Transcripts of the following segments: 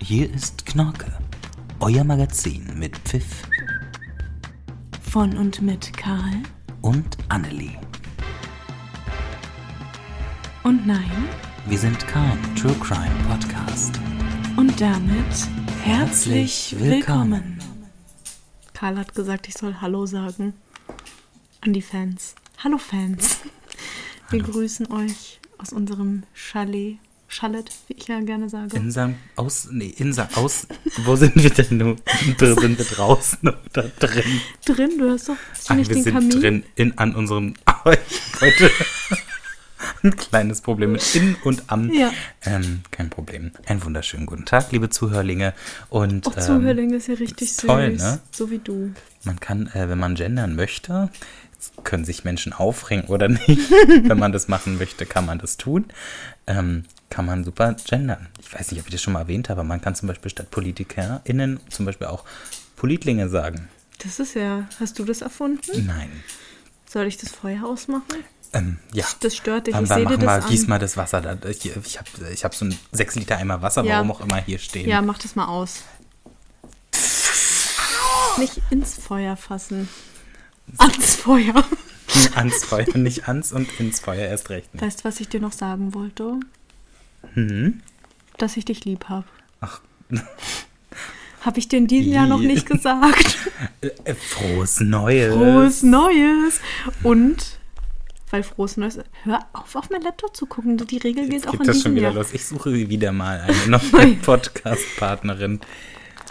Hier ist Knorke, euer Magazin mit Pfiff Von und mit Karl und Annelie. und Nein Wir sind kein True Crime Podcast. und damit herzlich willkommen. Karl hat gesagt, ich soll Hallo sagen an die Fans. Hallo Fans. Wir grüßen euch aus unserem Chalet. Chalet, wie ich ja gerne sage. In St. Aus. Nee, in St. Aus. wo sind wir denn nun? Sind wir draußen oder drin? drin, du hast doch hast du nicht wir den sind Kamin. drin in an unserem. Aber ich wollte ein kleines Problem mit in und am. Ja. Ähm, kein Problem. Einen wunderschönen guten Tag, liebe Zuhörlinge. Und Oh, ähm, Zuhörling ist ja richtig süß. toll, ne? So wie du. man kann, äh, wenn man gendern möchte, können sich Menschen aufregen oder nicht. wenn man das machen möchte, kann man das tun. Ähm, kann man super gendern. Ich weiß nicht, ob ich das schon mal erwähnt habe, aber man kann zum Beispiel statt PolitikerInnen zum Beispiel auch Politlinge sagen. Das ist ja. Hast du das erfunden? Nein. Soll ich das Feuer ausmachen? Ähm, ja. Das stört dich. Dann, ich dann sehe dir machen wir, das gieß an. mal das Wasser. Da, ich ich habe ich hab so einen 6 Liter Eimer Wasser, Ja. warum auch immer, hier stehen. Ja, mach das mal aus. Nicht ins Feuer fassen. Ans Feuer. Ans Feuer, nicht ans und ins Feuer erst recht nicht. Weißt du, was ich dir noch sagen wollte? Dass ich dich lieb Mhm. habe. Ach. Habe ich dir in diesem Jahr noch Ih. nicht gesagt. Äh, Frohes Neues. Frohes Neues. Und, weil frohes Neues. Hör auf, auf mein Laptop zu gucken. Die Regel gilt Jetzt auch geht in das schon diesem wieder Jahr. los. Ich suche wieder mal eine neue Podcast-Partnerin.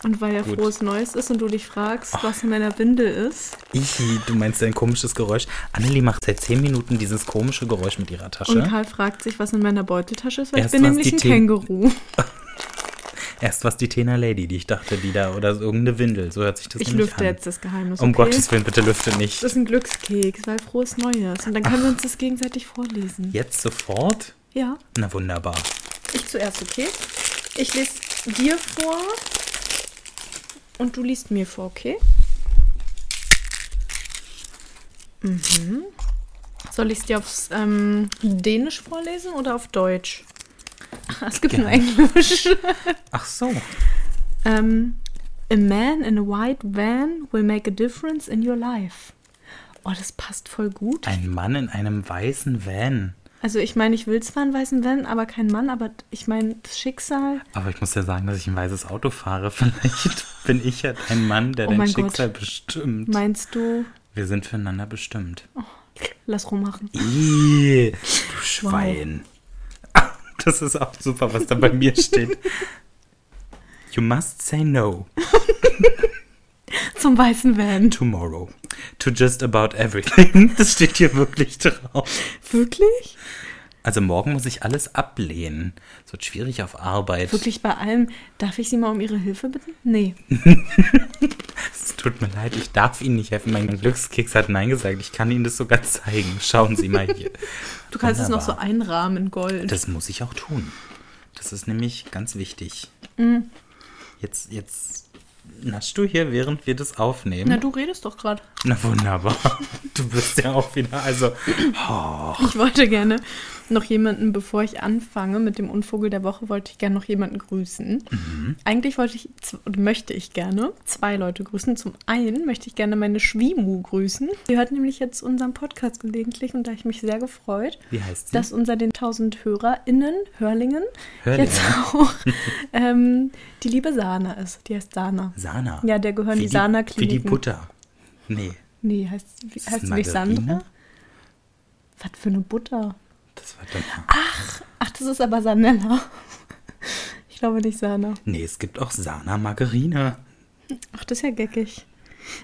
Und weil ja Gut. frohes Neues ist und du dich fragst, was in meiner Binde ist. Ichi, du meinst ein komisches Geräusch. Annelie macht seit 10 Minuten dieses komische Geräusch mit ihrer Und Tasche. Karl fragt sich, was in meiner Beuteltasche ist, weil Erst ich bin was nämlich die ein Tee- Känguru. Erst was die Tena Lady, die ich dachte, die da oder so irgendeine Windel. So hört sich das Ich nämlich lüfte an. jetzt das Geheimnis. Um okay? Gottes Willen, bitte lüfte nicht. Das ist ein Glückskeks, weil frohes Neues. Und dann können wir uns das gegenseitig vorlesen. Jetzt sofort? Ja. Na wunderbar. Ich zuerst, okay? Ich lese dir vor und du liest mir vor, okay? Mhm. Soll ich es dir auf ähm, Dänisch vorlesen oder auf Deutsch? Ach, Es gibt nur Englisch. Ach so. Ähm, a man in a white van will make a difference in your life. Oh, das passt voll gut. Ein Mann in einem weißen Van. Also ich meine, ich will zwar einen weißen Van, aber kein Mann, aber ich meine, das Schicksal. Aber ich muss ja sagen, dass ich ein weißes Auto fahre. Vielleicht bin ich ja ein Mann, der Oh dein mein Schicksal bestimmt. Meinst du, Wir sind füreinander bestimmt. lass rummachen. Ih, du Schwein. Das ist auch super, was da bei mir steht. You must say no Zum weißen Van. tomorrow to just about everything. Das steht hier wirklich drauf. Wirklich? Also morgen muss ich alles ablehnen. Es wird schwierig auf Arbeit. Wirklich bei allem. Darf ich Sie mal um Ihre Hilfe bitten? Nee. Es tut mir leid, ich darf Ihnen nicht helfen. Mein Glückskeks hat Nein gesagt. Ich kann Ihnen das sogar zeigen. Schauen Sie mal hier. Du kannst es noch so Wunderbar. einrahmen in Gold. Das muss ich auch tun. Das ist nämlich ganz wichtig. Mhm. Jetzt, jetzt naschst du hier, während wir das aufnehmen. Na, Na, du redest doch gerade. wunderbar. Du bist ja auch wieder, also Ich wollte gerne noch jemanden, bevor ich anfange mit dem Unvogel der Woche, wollte ich gerne noch jemanden grüßen. Mhm. Eigentlich wollte ich, z- oder möchte ich gerne zwei Leute grüßen. Zum einen möchte ich gerne meine Schwimu grüßen. Sie hört nämlich jetzt unseren Podcast gelegentlich und da habe ich mich sehr gefreut, wie heißt sie? dass unter den 1000 HörerInnen, Hörlingen, Hörlingen. jetzt auch ähm, die liebe Sana ist. Die heißt Sana. Sana. Ja, der gehören Wie die Wie die Sana-Kliniken. Butter. Nee, Nee, heißt, wie- Ist es heißt sie nicht Margarine? Sandra? Was für eine Butter. das war dann. Ah. Ach, das ist aber Sanella. Ich glaube nicht Sahne. Nee, es gibt auch Sana Margarine. Ach, das ist ja geckig.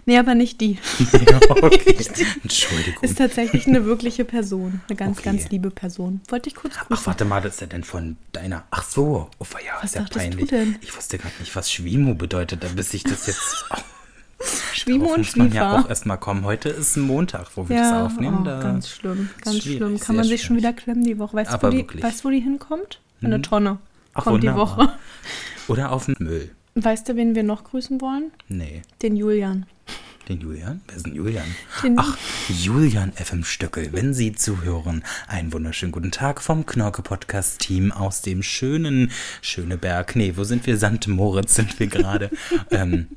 Nee, aber nicht die. Ja, okay. Entschuldigung. Ist tatsächlich eine wirkliche Person. Eine ganz, Okay. ganz liebe Person. Wollte ich kurz grüßen. Ach, warte mal, das ist ja denn von deiner. Ach so. Oh, ja, Was ist ja dachtest du peinlich. denn? Ich wusste gerade nicht, was Schwimo bedeutet, bis ich das jetzt. Schwimo Darauf und muss man ja auch Schwiefer. erstmal kommen. Heute ist ein Montag, wo wir Ja, das aufnehmen. oh, da ganz schlimm. Ganz schwierig, schlimm. sehr Kann man sich schon schwierig. wieder klemmen die Woche. Weißt du, Aber wo die, wirklich. Mhm. weißt, du, wo die hinkommt? In eine Tonne. Ach, kommt wunderbar. die Woche. Oder auf den Müll. Weißt du, wen wir noch grüßen wollen? Nee. Den Julian. Den Julian? Wer ist denn Julian? Ach, Julian FM Stöckel, wenn Sie zuhören. Einen wunderschönen guten Tag vom Knorke-Podcast-Team aus dem schönen Schöneberg. Nee, wo sind wir? St. Moritz sind wir gerade. ähm,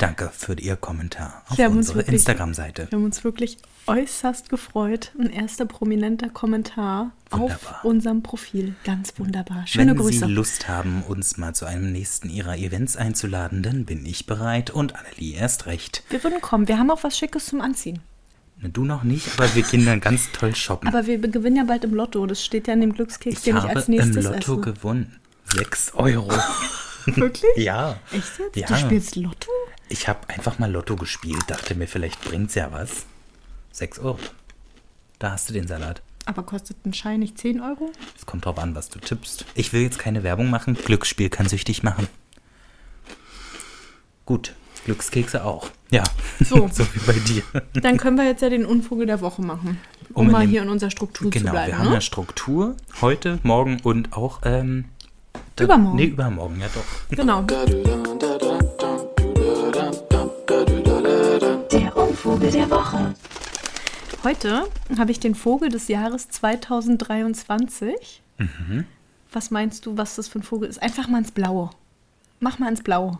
danke für Ihr Kommentar auf Wir haben uns unsere wirklich- Instagram-Seite. Wir haben uns wirklich äußerst gefreut. Ein erster prominenter Kommentar Wunderbar. auf unserem Profil. Ganz wunderbar. Schöne Wenn Grüße. Sie Lust haben, uns mal zu einem nächsten Ihrer Events einzuladen, dann bin ich bereit und Annelie erst recht. Wir würden kommen. Wir haben auch was Schickes zum Anziehen. Du noch nicht, aber wir gehen dann ganz toll shoppen. Aber wir gewinnen ja bald im Lotto. Das steht ja in dem Glückskeks, ich den ich habe als im nächstes Lotto esse. gewonnen. Sechs Euro. Wirklich? ja. Echt jetzt? Ja. Du spielst Lotto? Ich habe einfach mal Lotto gespielt, dachte mir, vielleicht bringt's ja was. Sechs Euro. Da hast du den Salat. Aber kostet ein Schein nicht 10 Euro? Es kommt drauf an, was du tippst. Ich will jetzt keine Werbung machen. Glücksspiel kann süchtig machen. Gut. Glückskekse auch. Ja. So. so wie bei dir. Dann können wir jetzt ja den Unvogel der Woche machen. Um, Um in mal dem- hier in unserer Struktur zu Genau, wir bleiben. haben Ne? ja Struktur heute, morgen und auch ähm, da- Übermorgen. Nee, übermorgen, ja doch. Genau. Der Unvogel der Woche. Heute habe ich den Vogel des Jahres 2023. Mhm. Was meinst du, was das für ein Vogel ist? Einfach mal ins Blaue. Mach mal ins Blaue.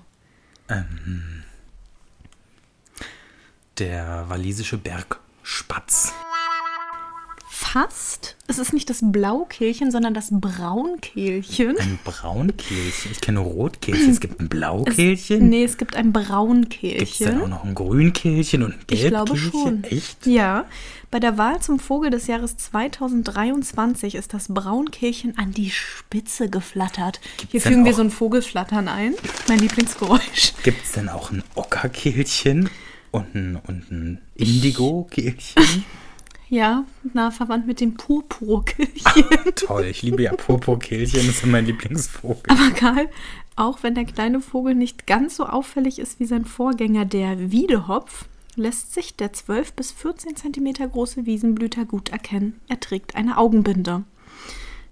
Der walisische Bergspatz. Fast. Es ist nicht das Blaukehlchen, sondern das Braunkehlchen. Ein Braunkehlchen. Ich kenne Rotkehlchen. Es gibt ein Blaukehlchen. Nee, es gibt ein Gibt es dann auch Braunkehlchen. noch ein Grünkehlchen und ein ne? Ich glaube Gelbkehlchen? schon. Echt? Ja, bei der Wahl zum Vogel des Jahres 2023 ist das Braunkehlchen an die Spitze geflattert. Hier denn fügen wir auch- so ein Vogelflattern ein. Mein Lieblingsgeräusch. Gibt es denn auch ein Ockerkehlchen und ein, und ein Indigokehlchen? Ja, na, verwandt mit dem Purpurkehlchen. Toll, ich liebe ja Purpurkehlchen. Das ist mein Lieblingsvogel. Aber Karl, auch wenn der kleine Vogel nicht ganz so auffällig ist wie sein Vorgänger, der Wiedehopf, lässt sich der 12 bis 14 cm große Wiesenblüter gut erkennen. Er trägt eine Augenbinde.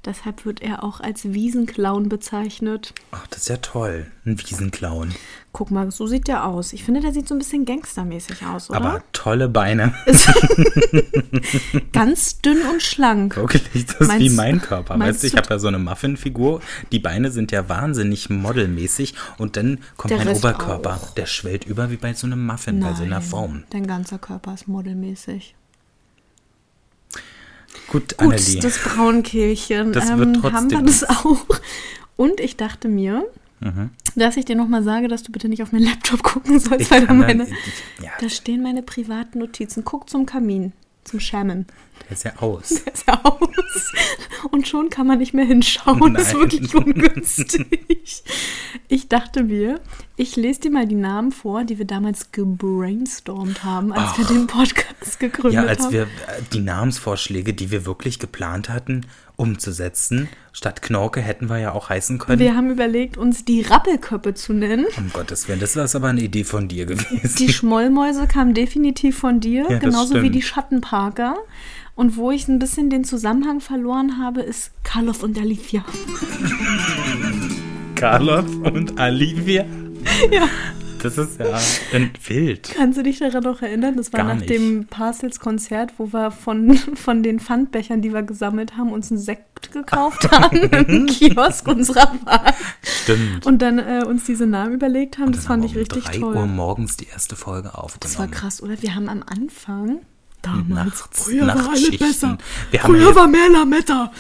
Deshalb wird er auch als Wiesenclown bezeichnet. Ach, das ist ja toll. Ein Wiesenclown. Guck mal, so sieht der aus. Ich finde, der sieht so ein bisschen gangstermäßig aus, oder? Aber tolle Beine. Ganz dünn und schlank. Wirklich, das ist Meinst- wie mein Körper. meinst Weißt du, ich du- habe ja so eine Muffin-Figur. Die Beine sind ja wahnsinnig modelmäßig und dann kommt Der mein Rest Oberkörper. auch. Der schwellt über wie bei so einem Muffin, bei so einer also Form. Dein ganzer Körper ist modelmäßig. Gut, Gut, Annelie. das Braunkehlchen. Das ähm, wird haben wir trotzdem das auch. Und ich dachte mir, dass ich dir nochmal sage, dass du bitte nicht auf meinen Laptop gucken sollst, Mhm. Ich weil da kann dann- meine. ich- ja. Da stehen meine privaten Notizen. Guck zum Kamin, zum Schämen. Der ist ja aus. Der ist ja aus. Und schon kann man nicht mehr hinschauen. Das ist Nein. wirklich ungünstig. Ich dachte mir, ich lese dir mal die Namen vor, die wir damals gebrainstormt haben, als wir den Podcast gegründet Ja, als haben. wir äh, die Namensvorschläge, die wir wirklich geplant hatten, umzusetzen, statt Knorke hätten wir ja auch heißen können. wir haben überlegt, uns die Rappelköppe zu nennen. um Gottes Willen, das war aber eine Idee von dir gewesen. Die Schmollmäuse kamen definitiv von dir, das genauso wie stimmt. die Schattenparker. Und wo ich ein bisschen den Zusammenhang verloren habe, ist Karloff und Alifia. Karloff und Olivia. Ja. Das ist ja ein Wild. Kannst du dich daran noch erinnern? Das war Gar nach nicht. dem Parcels-Konzert, wo wir von, von den Pfandbechern, die wir gesammelt haben, uns einen Sekt gekauft haben im Kiosk unserer Wahl. Stimmt. Und dann äh, uns diese Namen überlegt haben. Das Dann haben fand ich wir richtig 3 toll. Uhr morgens die erste Folge Das war aufgenommen. krass, oder? Wir haben am Anfang damals, Nachts, früher war alles Nachtschichten. besser. Wir haben früher ja- war mehr Lametta.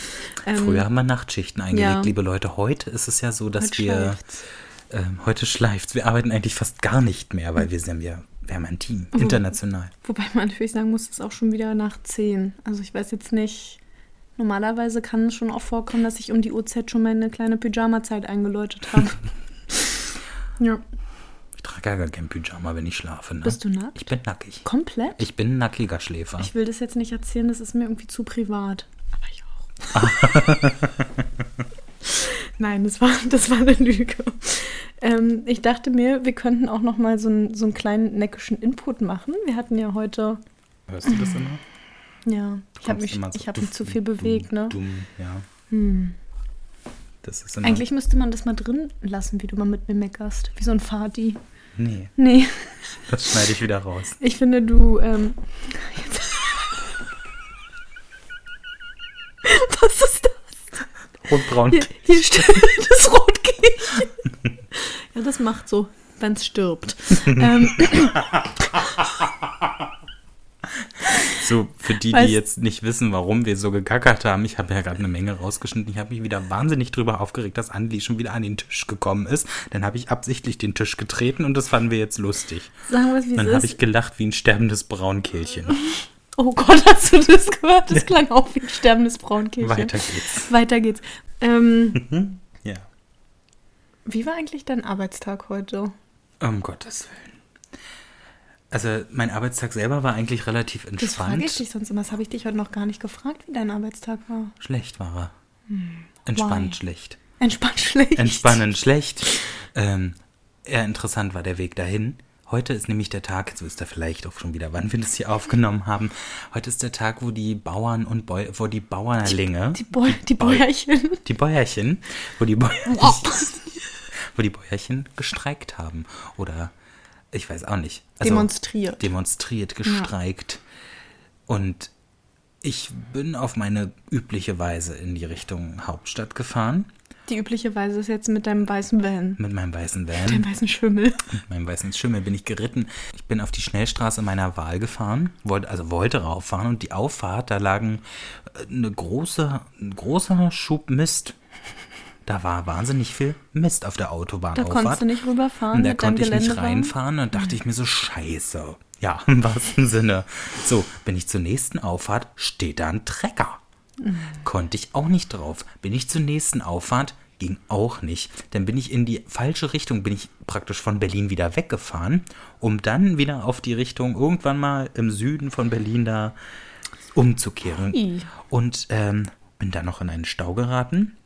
Ähm, Früher haben wir Nachtschichten eingelegt, ja. liebe Leute. Heute ist es ja so, dass Heute wir schleift's. ähm, heute schleift. Wir arbeiten eigentlich fast gar nicht mehr, Hm. weil wir sind ja, wir haben ein Team, international. Wobei man natürlich sagen muss, es ist auch schon wieder nach 10. Also ich weiß jetzt nicht. Normalerweise kann es schon auch vorkommen, dass ich um die Uhrzeit schon meine kleine Pyjama-Zeit eingeläutet habe. ja. Ich trage ja gar kein Pyjama, wenn ich schlafe. Ne? Bist du nackt? Ich bin nackig. Komplett? Ich bin ein nackiger Schläfer. Ich will das jetzt nicht erzählen, das ist mir irgendwie zu privat. Aber ich auch. Nein, das war, das war eine Lüge. Ähm, ich dachte mir, wir könnten auch noch mal so einen, so einen kleinen neckischen Input machen. Wir hatten ja heute, Hörst du das immer? ja, ich habe Kommst mich, immer so ich hab dumm, mich zu viel dumm, bewegt, ne? Hm. Dumm, ja. Das ist immer genau. Eigentlich müsste man das mal drin lassen, wie du mal mit mir meckerst. Wie so ein Fadi. Nee, Nee, das schneide ich wieder raus. ich finde, du. Ähm, jetzt. Was ist das? Rotbraun. Hier, hier steht das Rotkehlchen. Ja, das macht so, wenn es stirbt. ähm, So, für die, Weiß- die jetzt nicht wissen, warum wir so gekackert haben, ich habe ja gerade eine Menge rausgeschnitten. Ich habe mich wieder wahnsinnig drüber aufgeregt, dass Andi schon wieder an den Tisch gekommen ist. Dann habe ich absichtlich den Tisch getreten und das fanden wir jetzt lustig. sagen wir es, wie Dann es habe ist. ich gelacht wie ein sterbendes Braunkehlchen. Oh Gott, hast du das gehört? Das klang auch wie ein sterbendes Braunkehlchen. Weiter geht's. Weiter geht's. Ähm, Ja. wie war eigentlich dein Arbeitstag heute? Um Gottes Willen. Also, mein Arbeitstag selber war eigentlich relativ Das frage ich entspannt. dich sonst immer. Das habe ich dich heute noch gar nicht gefragt, wie dein Arbeitstag war. Schlecht war er. Entspannt Hm, why? schlecht. Entspannt schlecht. entspannend schlecht. Ähm, eher interessant war der Weg dahin. Heute ist nämlich der Tag, jetzt wisst ihr vielleicht auch schon wieder, wann wir das hier aufgenommen haben. Heute ist der Tag, wo die Bauern und Bäu wo die Bauerlinge, Die, Bäu die Bäuerchen. die Bäuerchen, wo die Bäuerchen, wo die Bäuerchen gestreikt haben. Oder ich weiß auch nicht. Also, Demonstriert. Demonstriert, gestreikt. Und ich bin auf meine übliche Weise in die Richtung Hauptstadt gefahren. Die übliche Weise ist jetzt mit deinem weißen Van. Mit meinem weißen Van. Deinem weißen Schimmel. Mit meinem weißen Schimmel bin ich geritten. Ich bin auf die Schnellstraße meiner Wahl gefahren, wollte, also wollte rauffahren und die Auffahrt, da lagen äh, eine große, ein großer Schub Mist. Da war wahnsinnig viel Mist auf der Da Autobahnauffahrt. konntest du nicht rüberfahren. Und da mit deinem konnte ich nicht Geländewagen. reinfahren und dachte ich mir so, scheiße. Ja, im wahrsten Sinne. So, bin ich zur nächsten Auffahrt, steht da ein Trecker. Mhm. Konnte ich auch nicht drauf. Bin ich zur nächsten Auffahrt, ging auch nicht. Dann bin ich in die falsche Richtung, bin ich praktisch von Berlin wieder weggefahren, um dann wieder auf die Richtung irgendwann mal im Süden von Berlin da umzukehren. Ui. Und ähm, bin dann noch in einen Stau geraten.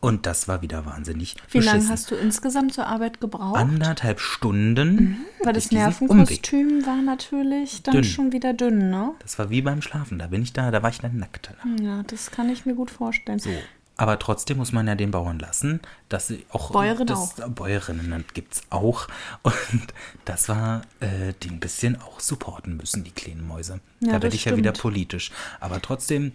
Und das war wieder wahnsinnig. Wie lange beschissen. hast du insgesamt zur Arbeit gebraucht? Mhm, Anderthalb Stunden. Weil hatte ich das diesen Umweg. Nervenkostüm war natürlich dann Dünn. schon wieder dünn, ne? Das war wie beim Schlafen. Da bin ich da, da war ich dann nackt. danach. Ja, das kann ich mir gut vorstellen. So. Aber trotzdem muss man ja den Bauern lassen, dass sie auch. Bäuerinnen das, Bäuerinnen gibt's auch. Und das war, äh, die ein bisschen auch supporten müssen, die kleinen Mäuse. Ja, da werde das ich ja wieder stimmt. politisch. Aber trotzdem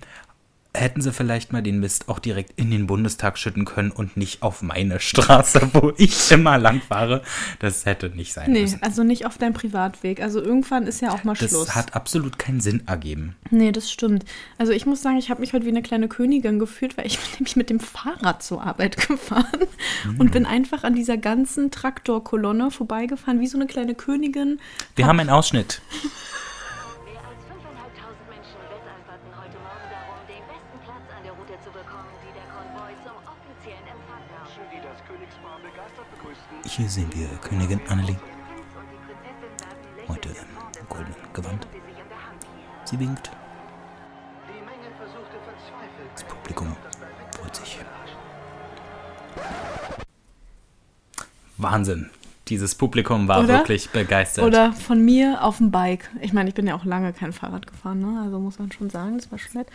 hätten sie vielleicht mal den Mist auch direkt in den Bundestag schütten können und nicht auf meine Straße, wo ich immer lang fahre. Das hätte nicht sein Nee, müssen. also nicht auf deinem Privatweg. Also irgendwann ist ja auch mal Das Schluss. hat absolut keinen Sinn ergeben. Nee, das stimmt. Also ich muss sagen, ich habe mich heute wie eine kleine Königin gefühlt, weil ich bin nämlich mit dem Fahrrad zur Arbeit gefahren Hm. und bin einfach an dieser ganzen Traktorkolonne vorbeigefahren, wie so eine kleine Königin. Wir haben einen Ausschnitt. Mehr als 5.500 Menschen wetteifern heute Morgen darum, den besten Platz an der Route zu bekommen, die der Konvoi zum offiziellen Empfang nahm. Menschen, die das Königspaar begeistert begrüßten. Hier sehen wir Königin Annelie. Heute im goldenen Gewand. Sie winkt. Die Menge versuchte verzweifelt, Das Publikum freut sich. Wahnsinn. Dieses Publikum war Oder? wirklich begeistert. Oder von mir auf dem Bike. Ich meine, ich bin ja auch lange kein Fahrrad gefahren, ne? also muss man schon sagen, das war schon nett.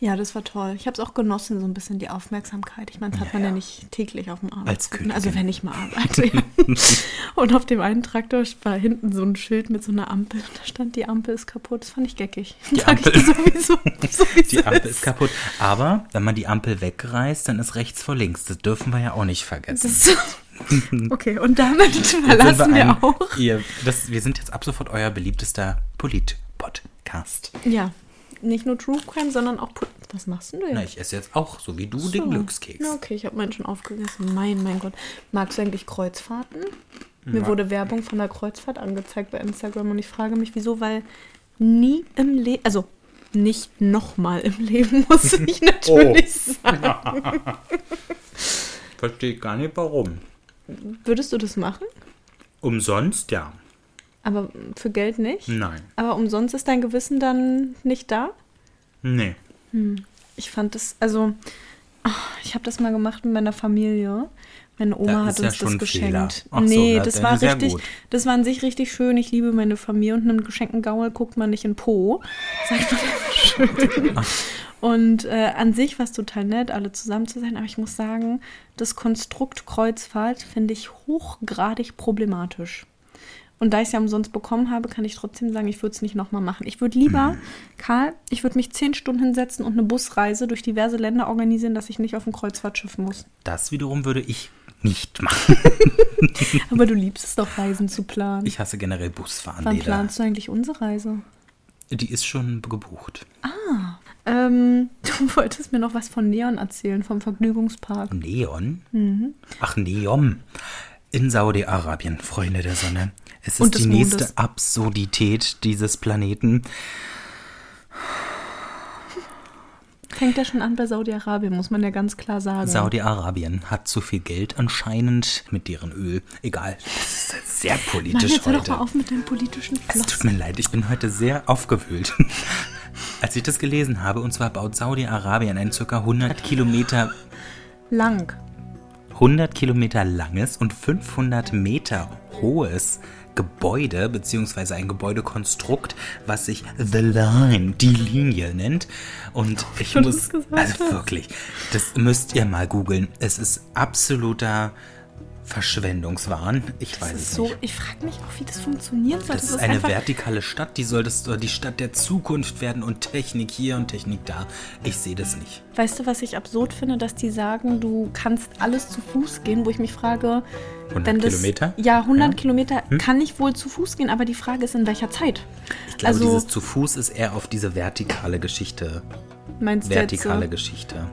Ja, das war toll. Ich habe es auch genossen, so ein bisschen die Aufmerksamkeit. Ich meine, das hat Ja, man ja. ja. nicht täglich auf dem Arbeitsplatz. Als Königin. Also wenn ich mal arbeite. ja. und auf dem einen Traktor war hinten so ein Schild mit so einer Ampel. Und da stand, die Ampel ist kaputt. Das fand ich geckig. Die Sag Ampel- ich dir sowieso. So wie Die es Ampel ist kaputt. Aber wenn man die Ampel wegreißt, dann ist rechts vor links. Das dürfen wir ja auch nicht vergessen. Das- Okay, und damit Jetzt sind verlassen wir ein- auch. Ihr, das, wir sind jetzt ab sofort euer beliebtester Polit-Podcast. Ja, nicht nur True Crime, sondern auch... Pol- Was machst denn du jetzt? Na, ich esse jetzt auch, so wie du, den So. Glückskeks. Ja, okay, ich habe meinen schon aufgegessen. Mein, mein Gott. Magst du eigentlich Kreuzfahrten? Mir wurde Werbung von der Kreuzfahrt angezeigt bei Instagram und ich frage mich, wieso, weil nie im Leben, also nicht nochmal im Leben, muss ich natürlich Oh. sagen. Verstehe gar nicht, warum. Würdest du das machen? Umsonst, ja. Aber für Geld nicht? Nein. Aber umsonst ist dein Gewissen dann nicht da? Nee. Ich fand das, also, ah, ich habe das mal gemacht mit meiner Familie. Meine Oma Da hat ist uns ja das schon ein Fehler. geschenkt. Ach so, nee, na, das dann war ist ja richtig, gut. das war an sich richtig schön. Ich liebe meine Familie und einem geschenkten Gaul guckt man nicht in Po. Sagt man ja so schön. Und äh, an sich war es total nett, alle zusammen zu sein, aber ich muss sagen, das Konstrukt Kreuzfahrt finde ich hochgradig problematisch. Und da ich es ja umsonst bekommen habe, kann ich trotzdem sagen, ich würde es nicht nochmal machen. Ich würde Mhm. lieber, Karl, ich würde mich zehn Stunden hinsetzen und eine Busreise durch diverse Länder organisieren, dass ich nicht auf ein Kreuzfahrtschiff muss. Das wiederum würde ich nicht machen. Aber du liebst es doch, Reisen zu planen. Ich hasse generell Busfahren, Wann Leda. planst du eigentlich unsere Reise? Die ist schon gebucht. Ähm, du wolltest mir noch was von Neon erzählen, vom Vergnügungspark. Hm. Neon? Mhm. Ach, Neon. In Saudi-Arabien, Freunde der Sonne. Es ist Und des die nächste Mondes. Absurdität dieses Planeten. Fängt ja schon an bei Saudi-Arabien, muss man ja ganz klar sagen. Saudi-Arabien hat zu viel Geld anscheinend mit deren Öl. Egal. Das ist halt sehr Mann, politisch jetzt hör doch heute. mal auf mit deinen politischen Es Flossen. tut mir leid, ich bin heute sehr aufgewühlt. Als ich das gelesen habe, und zwar baut Saudi-Arabien ein ca. 100 Kilometer, Lang. 100 Kilometer langes und 500 Meter hohes Gebäude, beziehungsweise ein Gebäudekonstrukt, was sich The Line, die Linie nennt. Und ich du das muss, gesagt also hast. wirklich, das müsst ihr mal googeln. Es ist absoluter Verschwendungswahn. Ich weiß Das es ist nicht. so, ich frage mich auch, wie das funktionieren soll. Das, ist, eine vertikale Stadt, die soll das, äh, die Stadt der Zukunft werden und Technik hier und Technik da. Ich sehe das nicht. Weißt du, was ich absurd finde, dass die sagen, du kannst alles zu Fuß gehen, wo ich mich frage, 100 wenn das, Kilometer? Ja, 100 Ja. Hm? Kilometer kann ich wohl zu Fuß gehen, aber die Frage ist, in welcher Zeit? Ich glaube, Also dieses zu Fuß ist eher auf diese vertikale Geschichte. meinst du jetzt so? Vertikale Geschichte.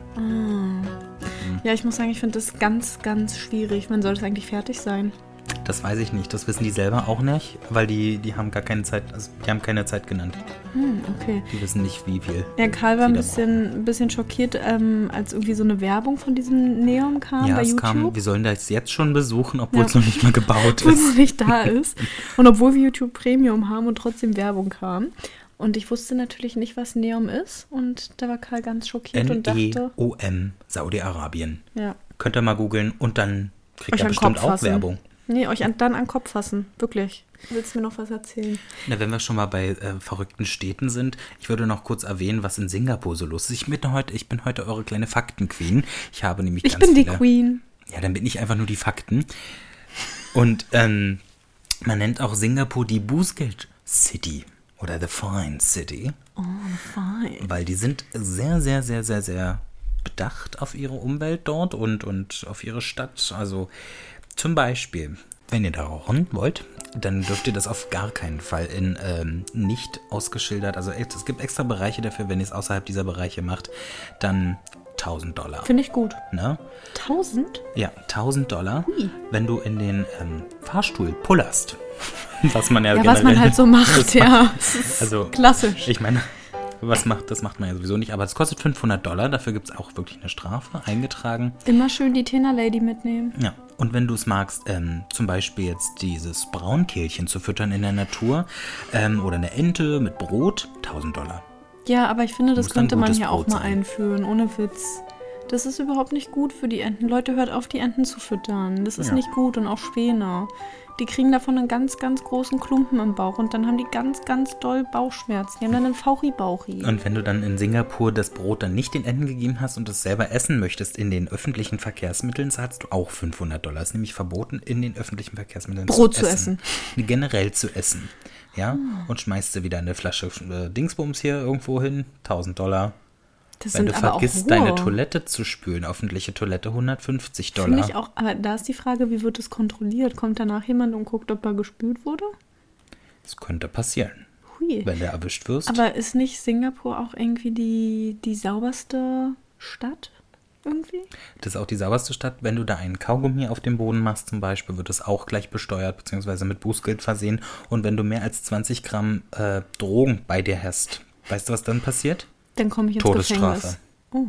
Ja, ich muss sagen, ich finde das ganz, ganz schwierig. Wann soll das eigentlich fertig sein? Das weiß ich nicht. Das wissen die selber auch nicht, weil die, die haben gar keine Zeit, also die haben keine Zeit genannt. Hm, okay. Die wissen nicht, wie viel. Ja, Karl war ein Wieder bisschen, ein bisschen schockiert, ähm, als irgendwie so eine Werbung von diesem Neon kam Ja, bei es YouTube. kam, wir sollen das jetzt schon besuchen, obwohl es Ja. noch nicht mal gebaut obwohl es ist. nicht da ist. Und obwohl wir YouTube Premium haben und trotzdem Werbung kam. Und ich wusste natürlich nicht, was Neom ist. Und da war Karl ganz schockiert und E dachte, N-E-O-M, Saudi-Arabien. ja, Könnt ihr mal googeln und dann kriegt euch ihr an den Kopf bestimmt auch fassen. Werbung. Nee, euch an, dann an den Kopf fassen. Wirklich. Willst du mir noch was erzählen? Na, wenn wir schon mal bei äh, verrückten Städten sind, ich würde noch kurz erwähnen, was in Singapur so los ist. Ich bin heute, ich bin heute eure kleine Faktenqueen. Ich habe nämlich Ich ganz bin die viele- Queen. Ja, dann bin ich einfach nur die Fakten. Und ähm, man nennt auch Singapur die Bußgeld City oder the Fine City, Fine. weil die sind sehr, sehr, sehr, sehr, sehr bedacht auf ihre Umwelt dort und, und auf ihre Stadt. Also zum Beispiel, wenn ihr da rauchen wollt, dann dürft ihr das auf gar keinen Fall in ähm, nicht ausgeschildert. Also es gibt extra Bereiche dafür, wenn ihr es außerhalb dieser Bereiche macht, dann 1000 Dollar. Finde ich gut. Ne? 1000? Ja, 1000 Dollar, wenn du in den ähm, Fahrstuhl pullerst. Was man ja, Ja, generell was man halt so macht, ja. Also, Klassisch. Ich meine, was macht, das macht man ja sowieso nicht, aber es kostet 500 Dollar, dafür gibt es auch wirklich eine Strafe, eingetragen. Immer schön die Tena Lady mitnehmen. Ja, und wenn du es magst, ähm, zum Beispiel jetzt dieses Braunkehlchen zu füttern in der Natur ähm, oder eine Ente mit Brot, 1000 Dollar. Ja, aber ich finde, das Muss dann könnte man gutes hier auch Brot mal sein. einführen, ohne Witz. Das ist überhaupt nicht gut für die Enten. Leute, hört auf, die Enten zu füttern. Das ist Ja. nicht gut und auch Späne. Die kriegen davon einen ganz, ganz großen Klumpen im Bauch und dann haben die ganz, ganz doll Bauchschmerzen. Die haben dann einen Fauchi-Bauchi. Und wenn du dann in Singapur das Brot dann nicht den Enten gegeben hast und es selber essen möchtest in den öffentlichen Verkehrsmitteln, zahlst du auch 500 Dollar. Ist nämlich verboten, in den öffentlichen Verkehrsmitteln Brot zu Ah. Nee, Generell zu essen. Ja, und schmeißt dir wieder eine Flasche äh, Dingsbums hier irgendwo hin, 1000 Dollar. Das Wenn sind du aber auch vergisst, rohe. deine Toilette zu spülen, öffentliche Toilette 150 Dollar. Finde ich auch, aber da ist die Frage, wie wird es kontrolliert? Kommt danach jemand und guckt, ob er gespült wurde? Das könnte passieren, Hui. wenn du erwischt wirst. Aber ist nicht Singapur auch irgendwie die, die sauberste Stadt? Irgendwie? Das ist auch die sauberste Stadt. Wenn du da einen Kaugummi auf dem Boden machst zum Beispiel, wird das auch gleich besteuert bzw. mit Bußgeld versehen. Und wenn du mehr als 20 Gramm äh, Drogen bei dir hast, weißt du, was dann passiert? Dann komme ich ins Todesstrafe. Gefängnis. Oh.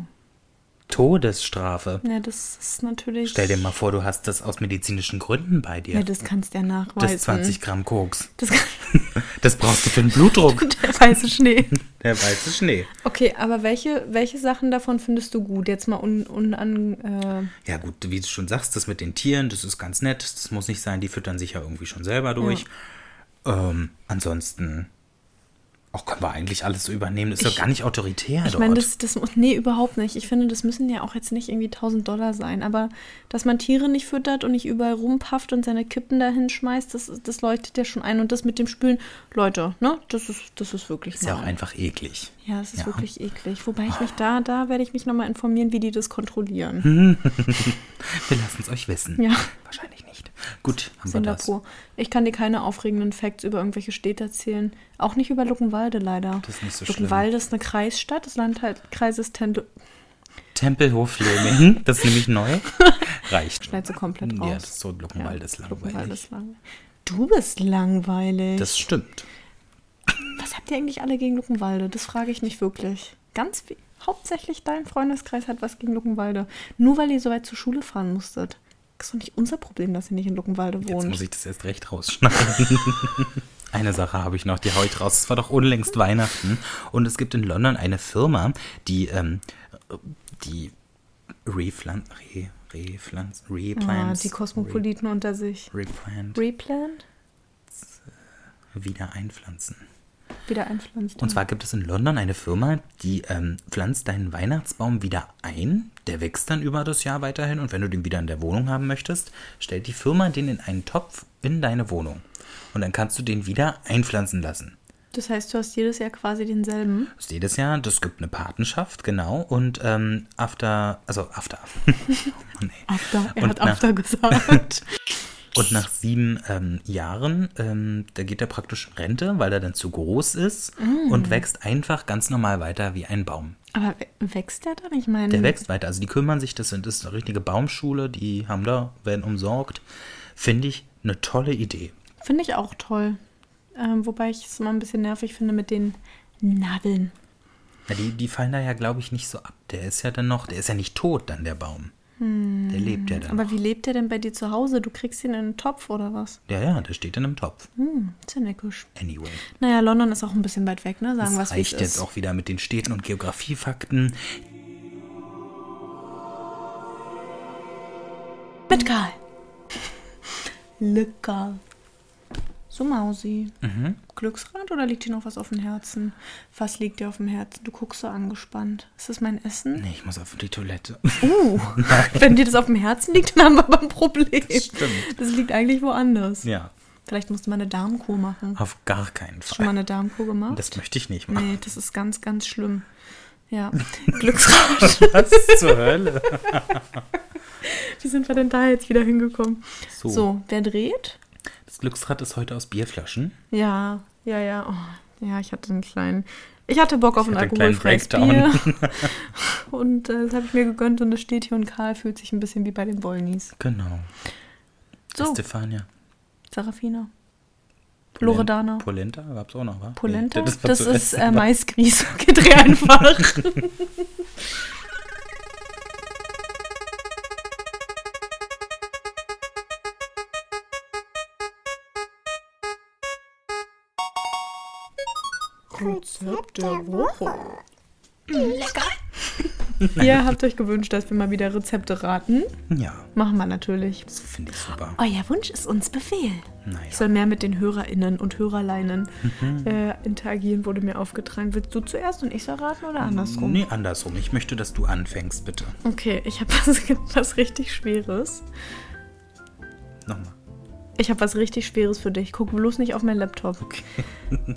Todesstrafe. Ja, das ist natürlich. Stell dir mal vor, du hast das aus medizinischen Gründen bei dir. Ja, das kannst du ja nachweisen. das 20 Gramm Koks. Das Das brauchst du für den Blutdruck. der weiße Schnee. Der weiße Schnee. Okay, aber welche, welche Sachen davon findest du gut? Jetzt mal un, unan. Äh, Ja gut, wie du schon sagst, das mit den Tieren, das ist ganz nett. Das muss nicht sein, die füttern sich ja irgendwie schon selber durch. Ähm, ansonsten Auch können wir eigentlich alles so übernehmen. Ist doch Ich- gar nicht autoritär Ich dort. meine, das, das muss, nee, überhaupt nicht. Ich finde, das müssen ja auch jetzt nicht irgendwie 1000 Dollar sein. Aber dass man Tiere nicht füttert und nicht überall rumpafft und seine Kippen dahin schmeißt, das, das leuchtet ja schon ein. Und das mit dem Spülen, Leute, ne, das ist, das ist wirklich ist ja auch mal- einfach eklig. Ja, es ist Ja. wirklich eklig. Wobei ich mich da, da werde ich mich nochmal informieren, wie die das Mhm. kontrollieren. Wir lassen es euch wissen. Ja. Wahrscheinlich nicht. Gut, haben wir Singapur. Ich kann dir keine aufregenden Facts über irgendwelche Städte erzählen. Auch nicht über Luckenwalde leider. Das ist nicht so schlimm. Luckenwalde ist eine Kreisstadt. Das Landkreis ist Tendel. das. Tempelhof Fleming, das ist nämlich neu. Reicht. Schneid so komplett raus. Ja, das ist so Luckenwald ist langweilig. Luckenwalde ist langweilig. Du bist langweilig. Das stimmt. Was habt ihr eigentlich alle gegen Luckenwalde? Das frage ich mich wirklich. Ganz viel. Hauptsächlich dein Freundeskreis hat was gegen Luckenwalde. Nur weil ihr so weit zur Schule fahren musstet. Das ist doch nicht unser Problem, dass ihr nicht in Luckenwalde Jetzt wohnt. muss ich das erst recht rausschneiden. Eine Sache habe ich noch, die hau ich raus. Es war doch unlängst Weihnachten und es gibt in London eine Firma, die ähm, die Replant, Re, Replant, ah, Replant, die Kosmopoliten unter sich. Re, Replant, Replant? wieder einpflanzen. Wieder einpflanzt. Und zwar gibt es in London eine Firma, die ähm, pflanzt deinen Weihnachtsbaum wieder ein. Der wächst dann über das Jahr weiterhin. Und wenn du den wieder in der Wohnung haben möchtest, stellt die Firma den in einen Topf in deine Wohnung. Und dann kannst du den wieder einpflanzen lassen. Das heißt, du hast jedes Jahr quasi denselben. Das ist jedes Jahr, das gibt eine Patenschaft, genau. Und ähm, after, also after. oh Mann, ey. After. Er Und hat nach- After gesagt. Und nach sieben ähm, Jahren, ähm, da geht er praktisch in Rente, weil er dann zu groß ist Mm. und wächst einfach ganz normal weiter wie ein Baum. Aber wä- wächst der dann? Ich meine. Der wächst weiter. Also die kümmern sich, das, sind, das ist eine richtige Baumschule, die haben da, werden umsorgt. Finde ich eine tolle Idee. Finde ich auch toll. Ähm, wobei ich es immer ein bisschen nervig finde mit den Nadeln. Ja, die, die fallen da ja, glaube ich, nicht so ab. Der ist ja dann noch, der ist ja nicht tot dann, der Baum. Der lebt ja dann. Hm. Aber wie lebt der denn bei dir zu Hause? Du kriegst ihn in einen Topf oder was? ja, ja, der steht in einem Topf. Hm, ist ja neckisch. Anyway. Naja, London ist auch ein bisschen weit weg, ne? Sagen wir Das es wie es reicht jetzt ist. auch wieder mit den Städten und Geografiefakten. Mit Karl. Lückerl. So, Mausi. Mhm. Glücksrad oder liegt dir noch was auf dem Herzen? Was liegt dir auf dem Herzen? Du guckst so angespannt. Ist das mein Essen? Nee, ich muss auf die Toilette. Uh, wenn dir das auf dem Herzen liegt, dann haben wir aber ein Problem. Das stimmt. Das liegt eigentlich woanders. ja, Vielleicht musst du mal eine Darmkur machen. Hast auf gar keinen du schon mal Fall. eine Darmkur gemacht? Das möchte ich nicht machen. nee, das ist ganz, ganz schlimm. Ja, Glücksrad. Was zur Hölle? Wie sind wir denn da jetzt wieder hingekommen? So. so wer dreht? Das Glücksrad ist heute aus Bierflaschen. Ja, ja, ja. Oh, ja, ich hatte einen kleinen. Ich hatte Bock auf ein hatte einen kleinen alkoholfreies Bier. und äh, das habe ich mir gegönnt und es steht hier und Karl fühlt sich ein bisschen wie bei den Wollnies. Genau. So, Stefania. Serafina. Polen- Loredana. Polenta gab es auch noch, wa? Polenta? Nee, war das zu ist essen, äh, wa? Maisgrieß. Okay, dreh einfach. Rezept der Woche. Lecker. Ihr habt euch gewünscht, dass wir mal wieder Rezepte raten. Ja, Machen wir natürlich. das finde ich super. Euer Wunsch ist uns Befehl. Ich Naja. soll mehr mit den HörerInnen und Hörerleinen äh, interagieren, wurde mir aufgetragen. Willst du zuerst und ich soll raten oder andersrum? Nee, andersrum. Ich möchte, dass du anfängst, bitte. Okay, ich habe was, was richtig Schweres. Nochmal. Ich habe was richtig Schweres für dich. Guck bloß nicht auf meinen Laptop.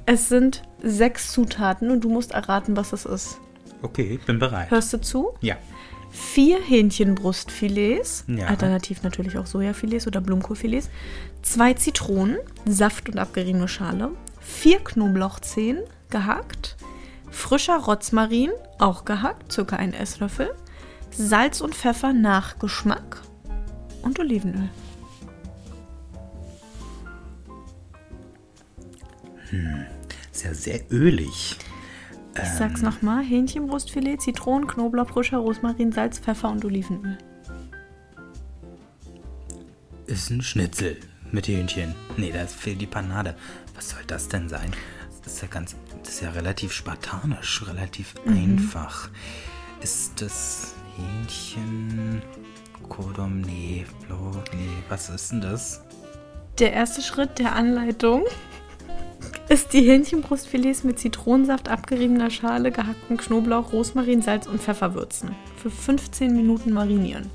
Es sind sechs Zutaten und du musst erraten, was es ist. Okay, ich bin bereit. Hörst du zu? Ja. Vier Hähnchenbrustfilets, Ja. alternativ natürlich auch Sojafilets oder Blumenkohlfilets, zwei Zitronen, Saft und abgeriebene Schale, vier Knoblauchzehen, gehackt, frischer Rotzmarin, auch gehackt, circa ein Esslöffel, Salz und Pfeffer nach Geschmack und Olivenöl. Ist ja sehr ölig. Ich sag's nochmal, Hähnchenbrustfilet, Zitronen, Knoblauch, frischer Rosmarin, Salz, Pfeffer und Olivenöl. Ist ein Schnitzel mit Hähnchen. Nee, da fehlt die Panade. Was soll das denn sein? Das ist ja ganz. Das ist ja relativ spartanisch, relativ Mhm. einfach. Ist das Hähnchen. Kodom, nee, Blau, nee, was ist denn das? Der erste Schritt der Anleitung ist die Hähnchenbrustfilets mit Zitronensaft, abgeriebener Schale, gehacktem Knoblauch, Rosmarin, Salz und Pfeffer würzen. Für 15 Minuten marinieren.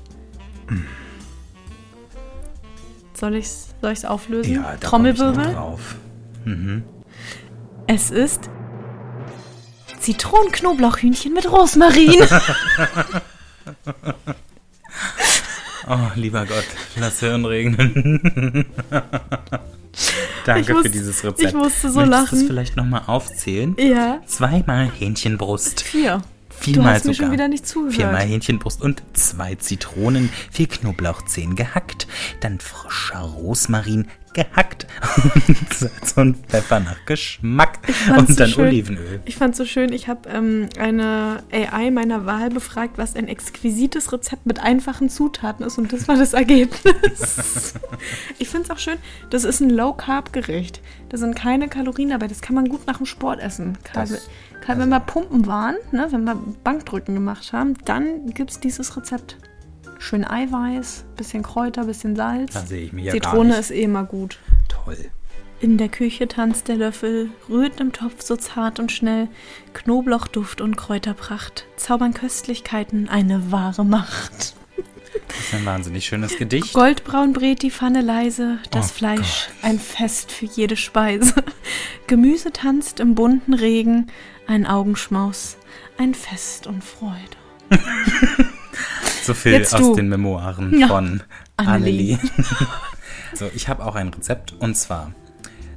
Soll ich es soll ich's auflösen? Ja, da komm ich noch Trommelwirbel? drauf. Es ist Zitronenknoblauchhühnchen mit Rosmarin. Oh, lieber Gott, lass Hirn regnen. Danke Ich muss- für dieses Rezept. ich musste so Möchtest du es lachen. vielleicht nochmal aufzählen? ja. Zweimal Hähnchenbrust. Vier. Viermal hast mir sogar. schon wieder nicht zugehört. Viermal Hähnchenbrust und zwei Zitronen, vier Knoblauchzehen gehackt, dann frischer Rosmarin gehackt und Salz und Pfeffer nach Geschmack fand's und dann so schön. Olivenöl. Ich fand es so schön, ich habe ähm, eine AI meiner Wahl befragt, was ein exquisites Rezept mit einfachen Zutaten ist und das war das Ergebnis. ich finde es auch schön, das ist ein Low-Carb-Gericht. Da sind keine Kalorien dabei, das kann man gut nach dem Sport essen. Gerade Das- also gerade wenn wir pumpen waren, ne, wenn wir Bankdrücken gemacht haben, dann gibt es dieses Rezept. Schön Eiweiß, bisschen Kräuter, bisschen Salz. Da sehe ich mich ja Zitrone gar nicht. ist eh immer gut. Toll. In der Küche tanzt der Löffel, rührt im Topf so zart und schnell. Knoblauchduft und Kräuterpracht zaubern Köstlichkeiten eine wahre Macht. Das ist ein wahnsinnig schönes Oh Gedicht. Goldbraun brät die Pfanne leise, das Oh Fleisch ein Fest für jede Speise. Gemüse tanzt im bunten Regen, ein Augenschmaus, ein Fest und Freude. So viel Jetzt aus du. den Memoiren Ja. von Annelie. Annelie. so, ich habe auch ein Rezept und zwar: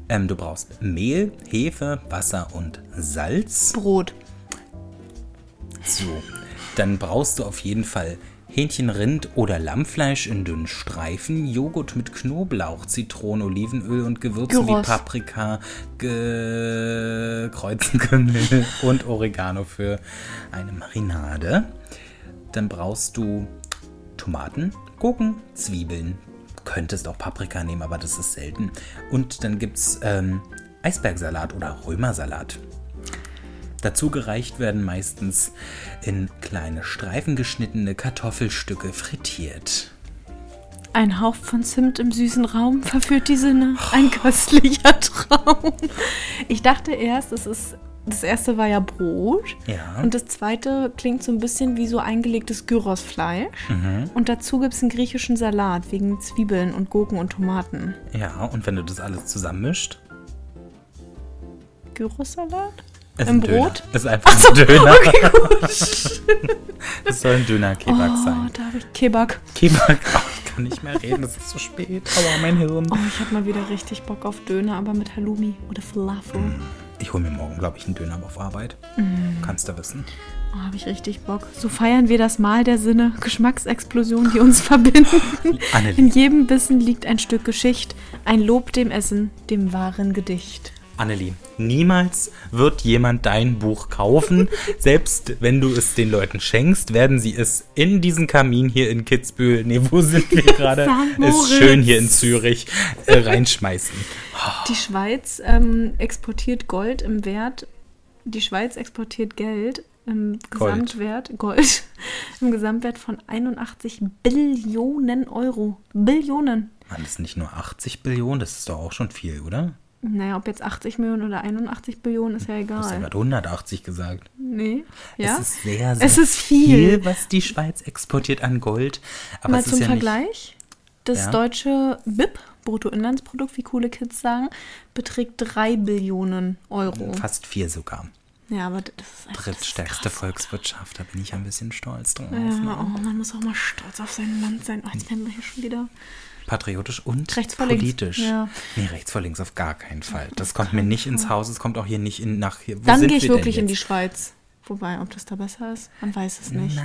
ähm, Du brauchst Mehl, Hefe, Wasser und Salz. Brot. So, dann brauchst du auf jeden Fall Hähnchen, Rind oder Lammfleisch in dünnen Streifen, Joghurt mit Knoblauch, Zitrone, Olivenöl und Gewürzen Gyros. wie Paprika, Ge Kreuzenkümmel und Oregano für eine Marinade. Dann brauchst du Tomaten, Gurken, Zwiebeln. Könntest auch Paprika nehmen, aber das ist selten. Und dann gibt es ähm, Eisbergsalat oder Römersalat. Dazu gereicht werden meistens in kleine Streifen geschnittene Kartoffelstücke frittiert. Ein Hauch von Zimt im süßen Raum verführt die Sinne. Ein köstlicher Traum. Ich dachte erst, es ist. Das erste war ja Brot. Ja. Und das zweite klingt so ein bisschen wie so eingelegtes Gyrosfleisch. Mhm. Und dazu gibt es einen griechischen Salat wegen Zwiebeln und Gurken und Tomaten. Ja, und wenn du das alles zusammenmischt, Gyrosalat? ist Im ein Döner. Brot? Ist einfach ein Döner. es soll ein Döner-Kebab Oh, sein. da habe ich Kebab. Kebab, oh, ich kann nicht mehr reden, es ist zu spät. Aua, mein Hirn. Oh, ich habe mal wieder richtig Bock auf Döner, aber mit Halloumi oder Falafel. Ich hole mir morgen, glaube ich, einen Döner auf Arbeit. Mhm. Kannst du wissen. Oh, habe ich richtig Bock. So feiern wir das Mal der Sinne, Geschmacksexplosionen, die uns verbinden. Annelie. In jedem Bissen liegt ein Stück Geschicht, ein Lob dem Essen, dem wahren Gedicht. Annelie, niemals wird jemand dein Buch kaufen. Selbst wenn du es den Leuten schenkst, werden sie es in diesen Kamin hier in Kitzbühel, nee, wo sind wir gerade? St. Ist Moritz. schön hier in Zürich, äh, reinschmeißen. Die Schweiz ähm, exportiert Gold im Wert, die Schweiz exportiert Geld im Gold. Gesamtwert, Gold, im Gesamtwert von 81 Billionen Euro. Billionen. Mann, das sind nicht nur 80 Billionen, das ist doch auch schon viel, oder? Naja, ob jetzt 80 Millionen oder 81 Billionen, ist ja Du hast ja egal. gerade 180 gesagt. Nee. Ja? Es ist sehr, sehr Es ist viel. was die Schweiz exportiert an Gold. Aber Mal es zum ist ja Nicht, Vergleich. Das Ja. deutsche BIP, Bruttoinlandsprodukt, wie coole Kids sagen, beträgt 3 Billionen Euro. Fast vier sogar. Ja, aber das ist einfach, Drittstärkste Volkswirtschaft, da bin ich ein bisschen stolz drauf. Das ist krass. ja, ne? oh, man muss auch mal stolz auf sein Land sein. Oh, jetzt werden wir hier schon wieder. Patriotisch und Rechts vor links. politisch. Ja. Nee, rechts vor links auf gar keinen Fall. Das kommt mir nicht ins Haus, es kommt auch hier nicht in, nach hier. Wo Dann sind gehe ich wir denn wirklich in die jetzt? Schweiz. Wobei, ob das da besser ist, man weiß es nicht.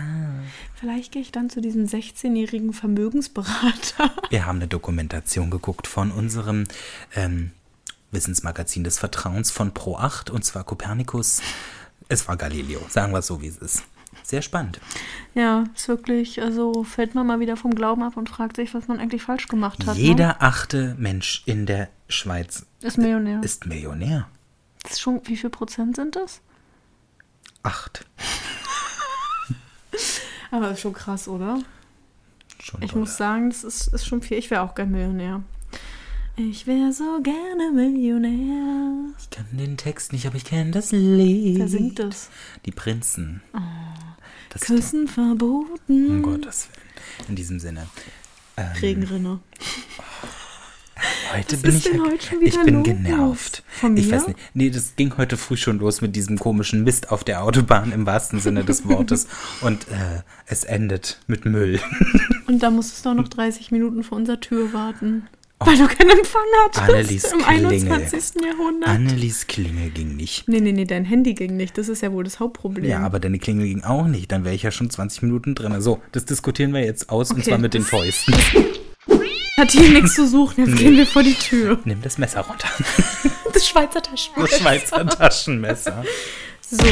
Vielleicht gehe ich dann zu diesem 16-jährigen Vermögensberater. Wir haben eine Dokumentation geguckt von unserem ähm, Wissensmagazin des Vertrauens von Pro8 und zwar Kopernikus. Es war Galileo, sagen wir es so, wie es ist. Sehr spannend. ja, ist wirklich, also fällt man mal wieder vom Glauben ab und fragt sich, was man eigentlich falsch gemacht hat. ne? Jeder achte Mensch in der Schweiz ist Millionär. ist Millionär. Das ist schon, wie viel Prozent sind das? Acht. Aber ist schon krass, oder? Schon Ich dolle. muss sagen, das ist, ist schon viel. Ich wäre auch gern Millionär. Ich wäre so gerne Millionär. Ich kann den Text nicht, aber ich kenne das Lied. Wer singt das? Die Prinzen. Ah. Das ist Küssen verboten. der, um Gottes Willen. In diesem Sinne. Ähm, Regenrinne. Heute Was bin ist ich, denn ja- heute schon wieder ich bin los? genervt. Von Ich mir? weiß nicht. Nee, das ging heute früh schon los mit diesem komischen Mist auf der Autobahn im wahrsten Sinne des Wortes. Und äh, es endet mit Müll. Und da musstest du auch noch 30 Minuten vor unserer Tür warten. Oh. Weil du keinen Empfang hattest Annelies im Klingel. 21. Jahrhundert. Annelies Klingel ging nicht. nee, nee, nee, dein Handy ging nicht. Das ist ja wohl das Hauptproblem. Ja, aber deine Klingel ging auch nicht. Dann wäre ich ja schon 20 Minuten drin. So, das diskutieren wir jetzt aus und Okay. zwar mit den Fäusten. Hat hier nichts zu suchen. Jetzt gehen wir vor die Tür. Nimm das Messer runter. Das Schweizer Taschenmesser. Das Schweizer Taschenmesser. So,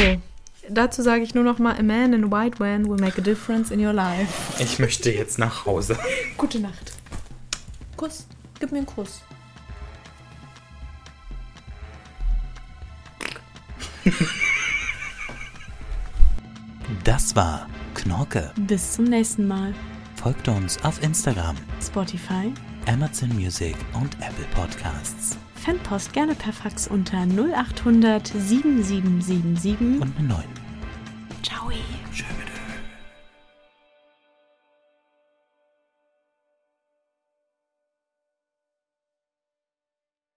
dazu sage ich nur noch mal, a man in a white van will make a difference in your life. Ich möchte jetzt nach Hause. Gute Nacht. Kuss. Gib mir einen Kuss. Das war Knorke. Bis zum nächsten Mal. Folgt uns auf Instagram, Spotify. Amazon Music und Apple Podcasts. Fanpost gerne per Fax unter 0800 7777. Und eine 9. Ciao. Tschö, bitte.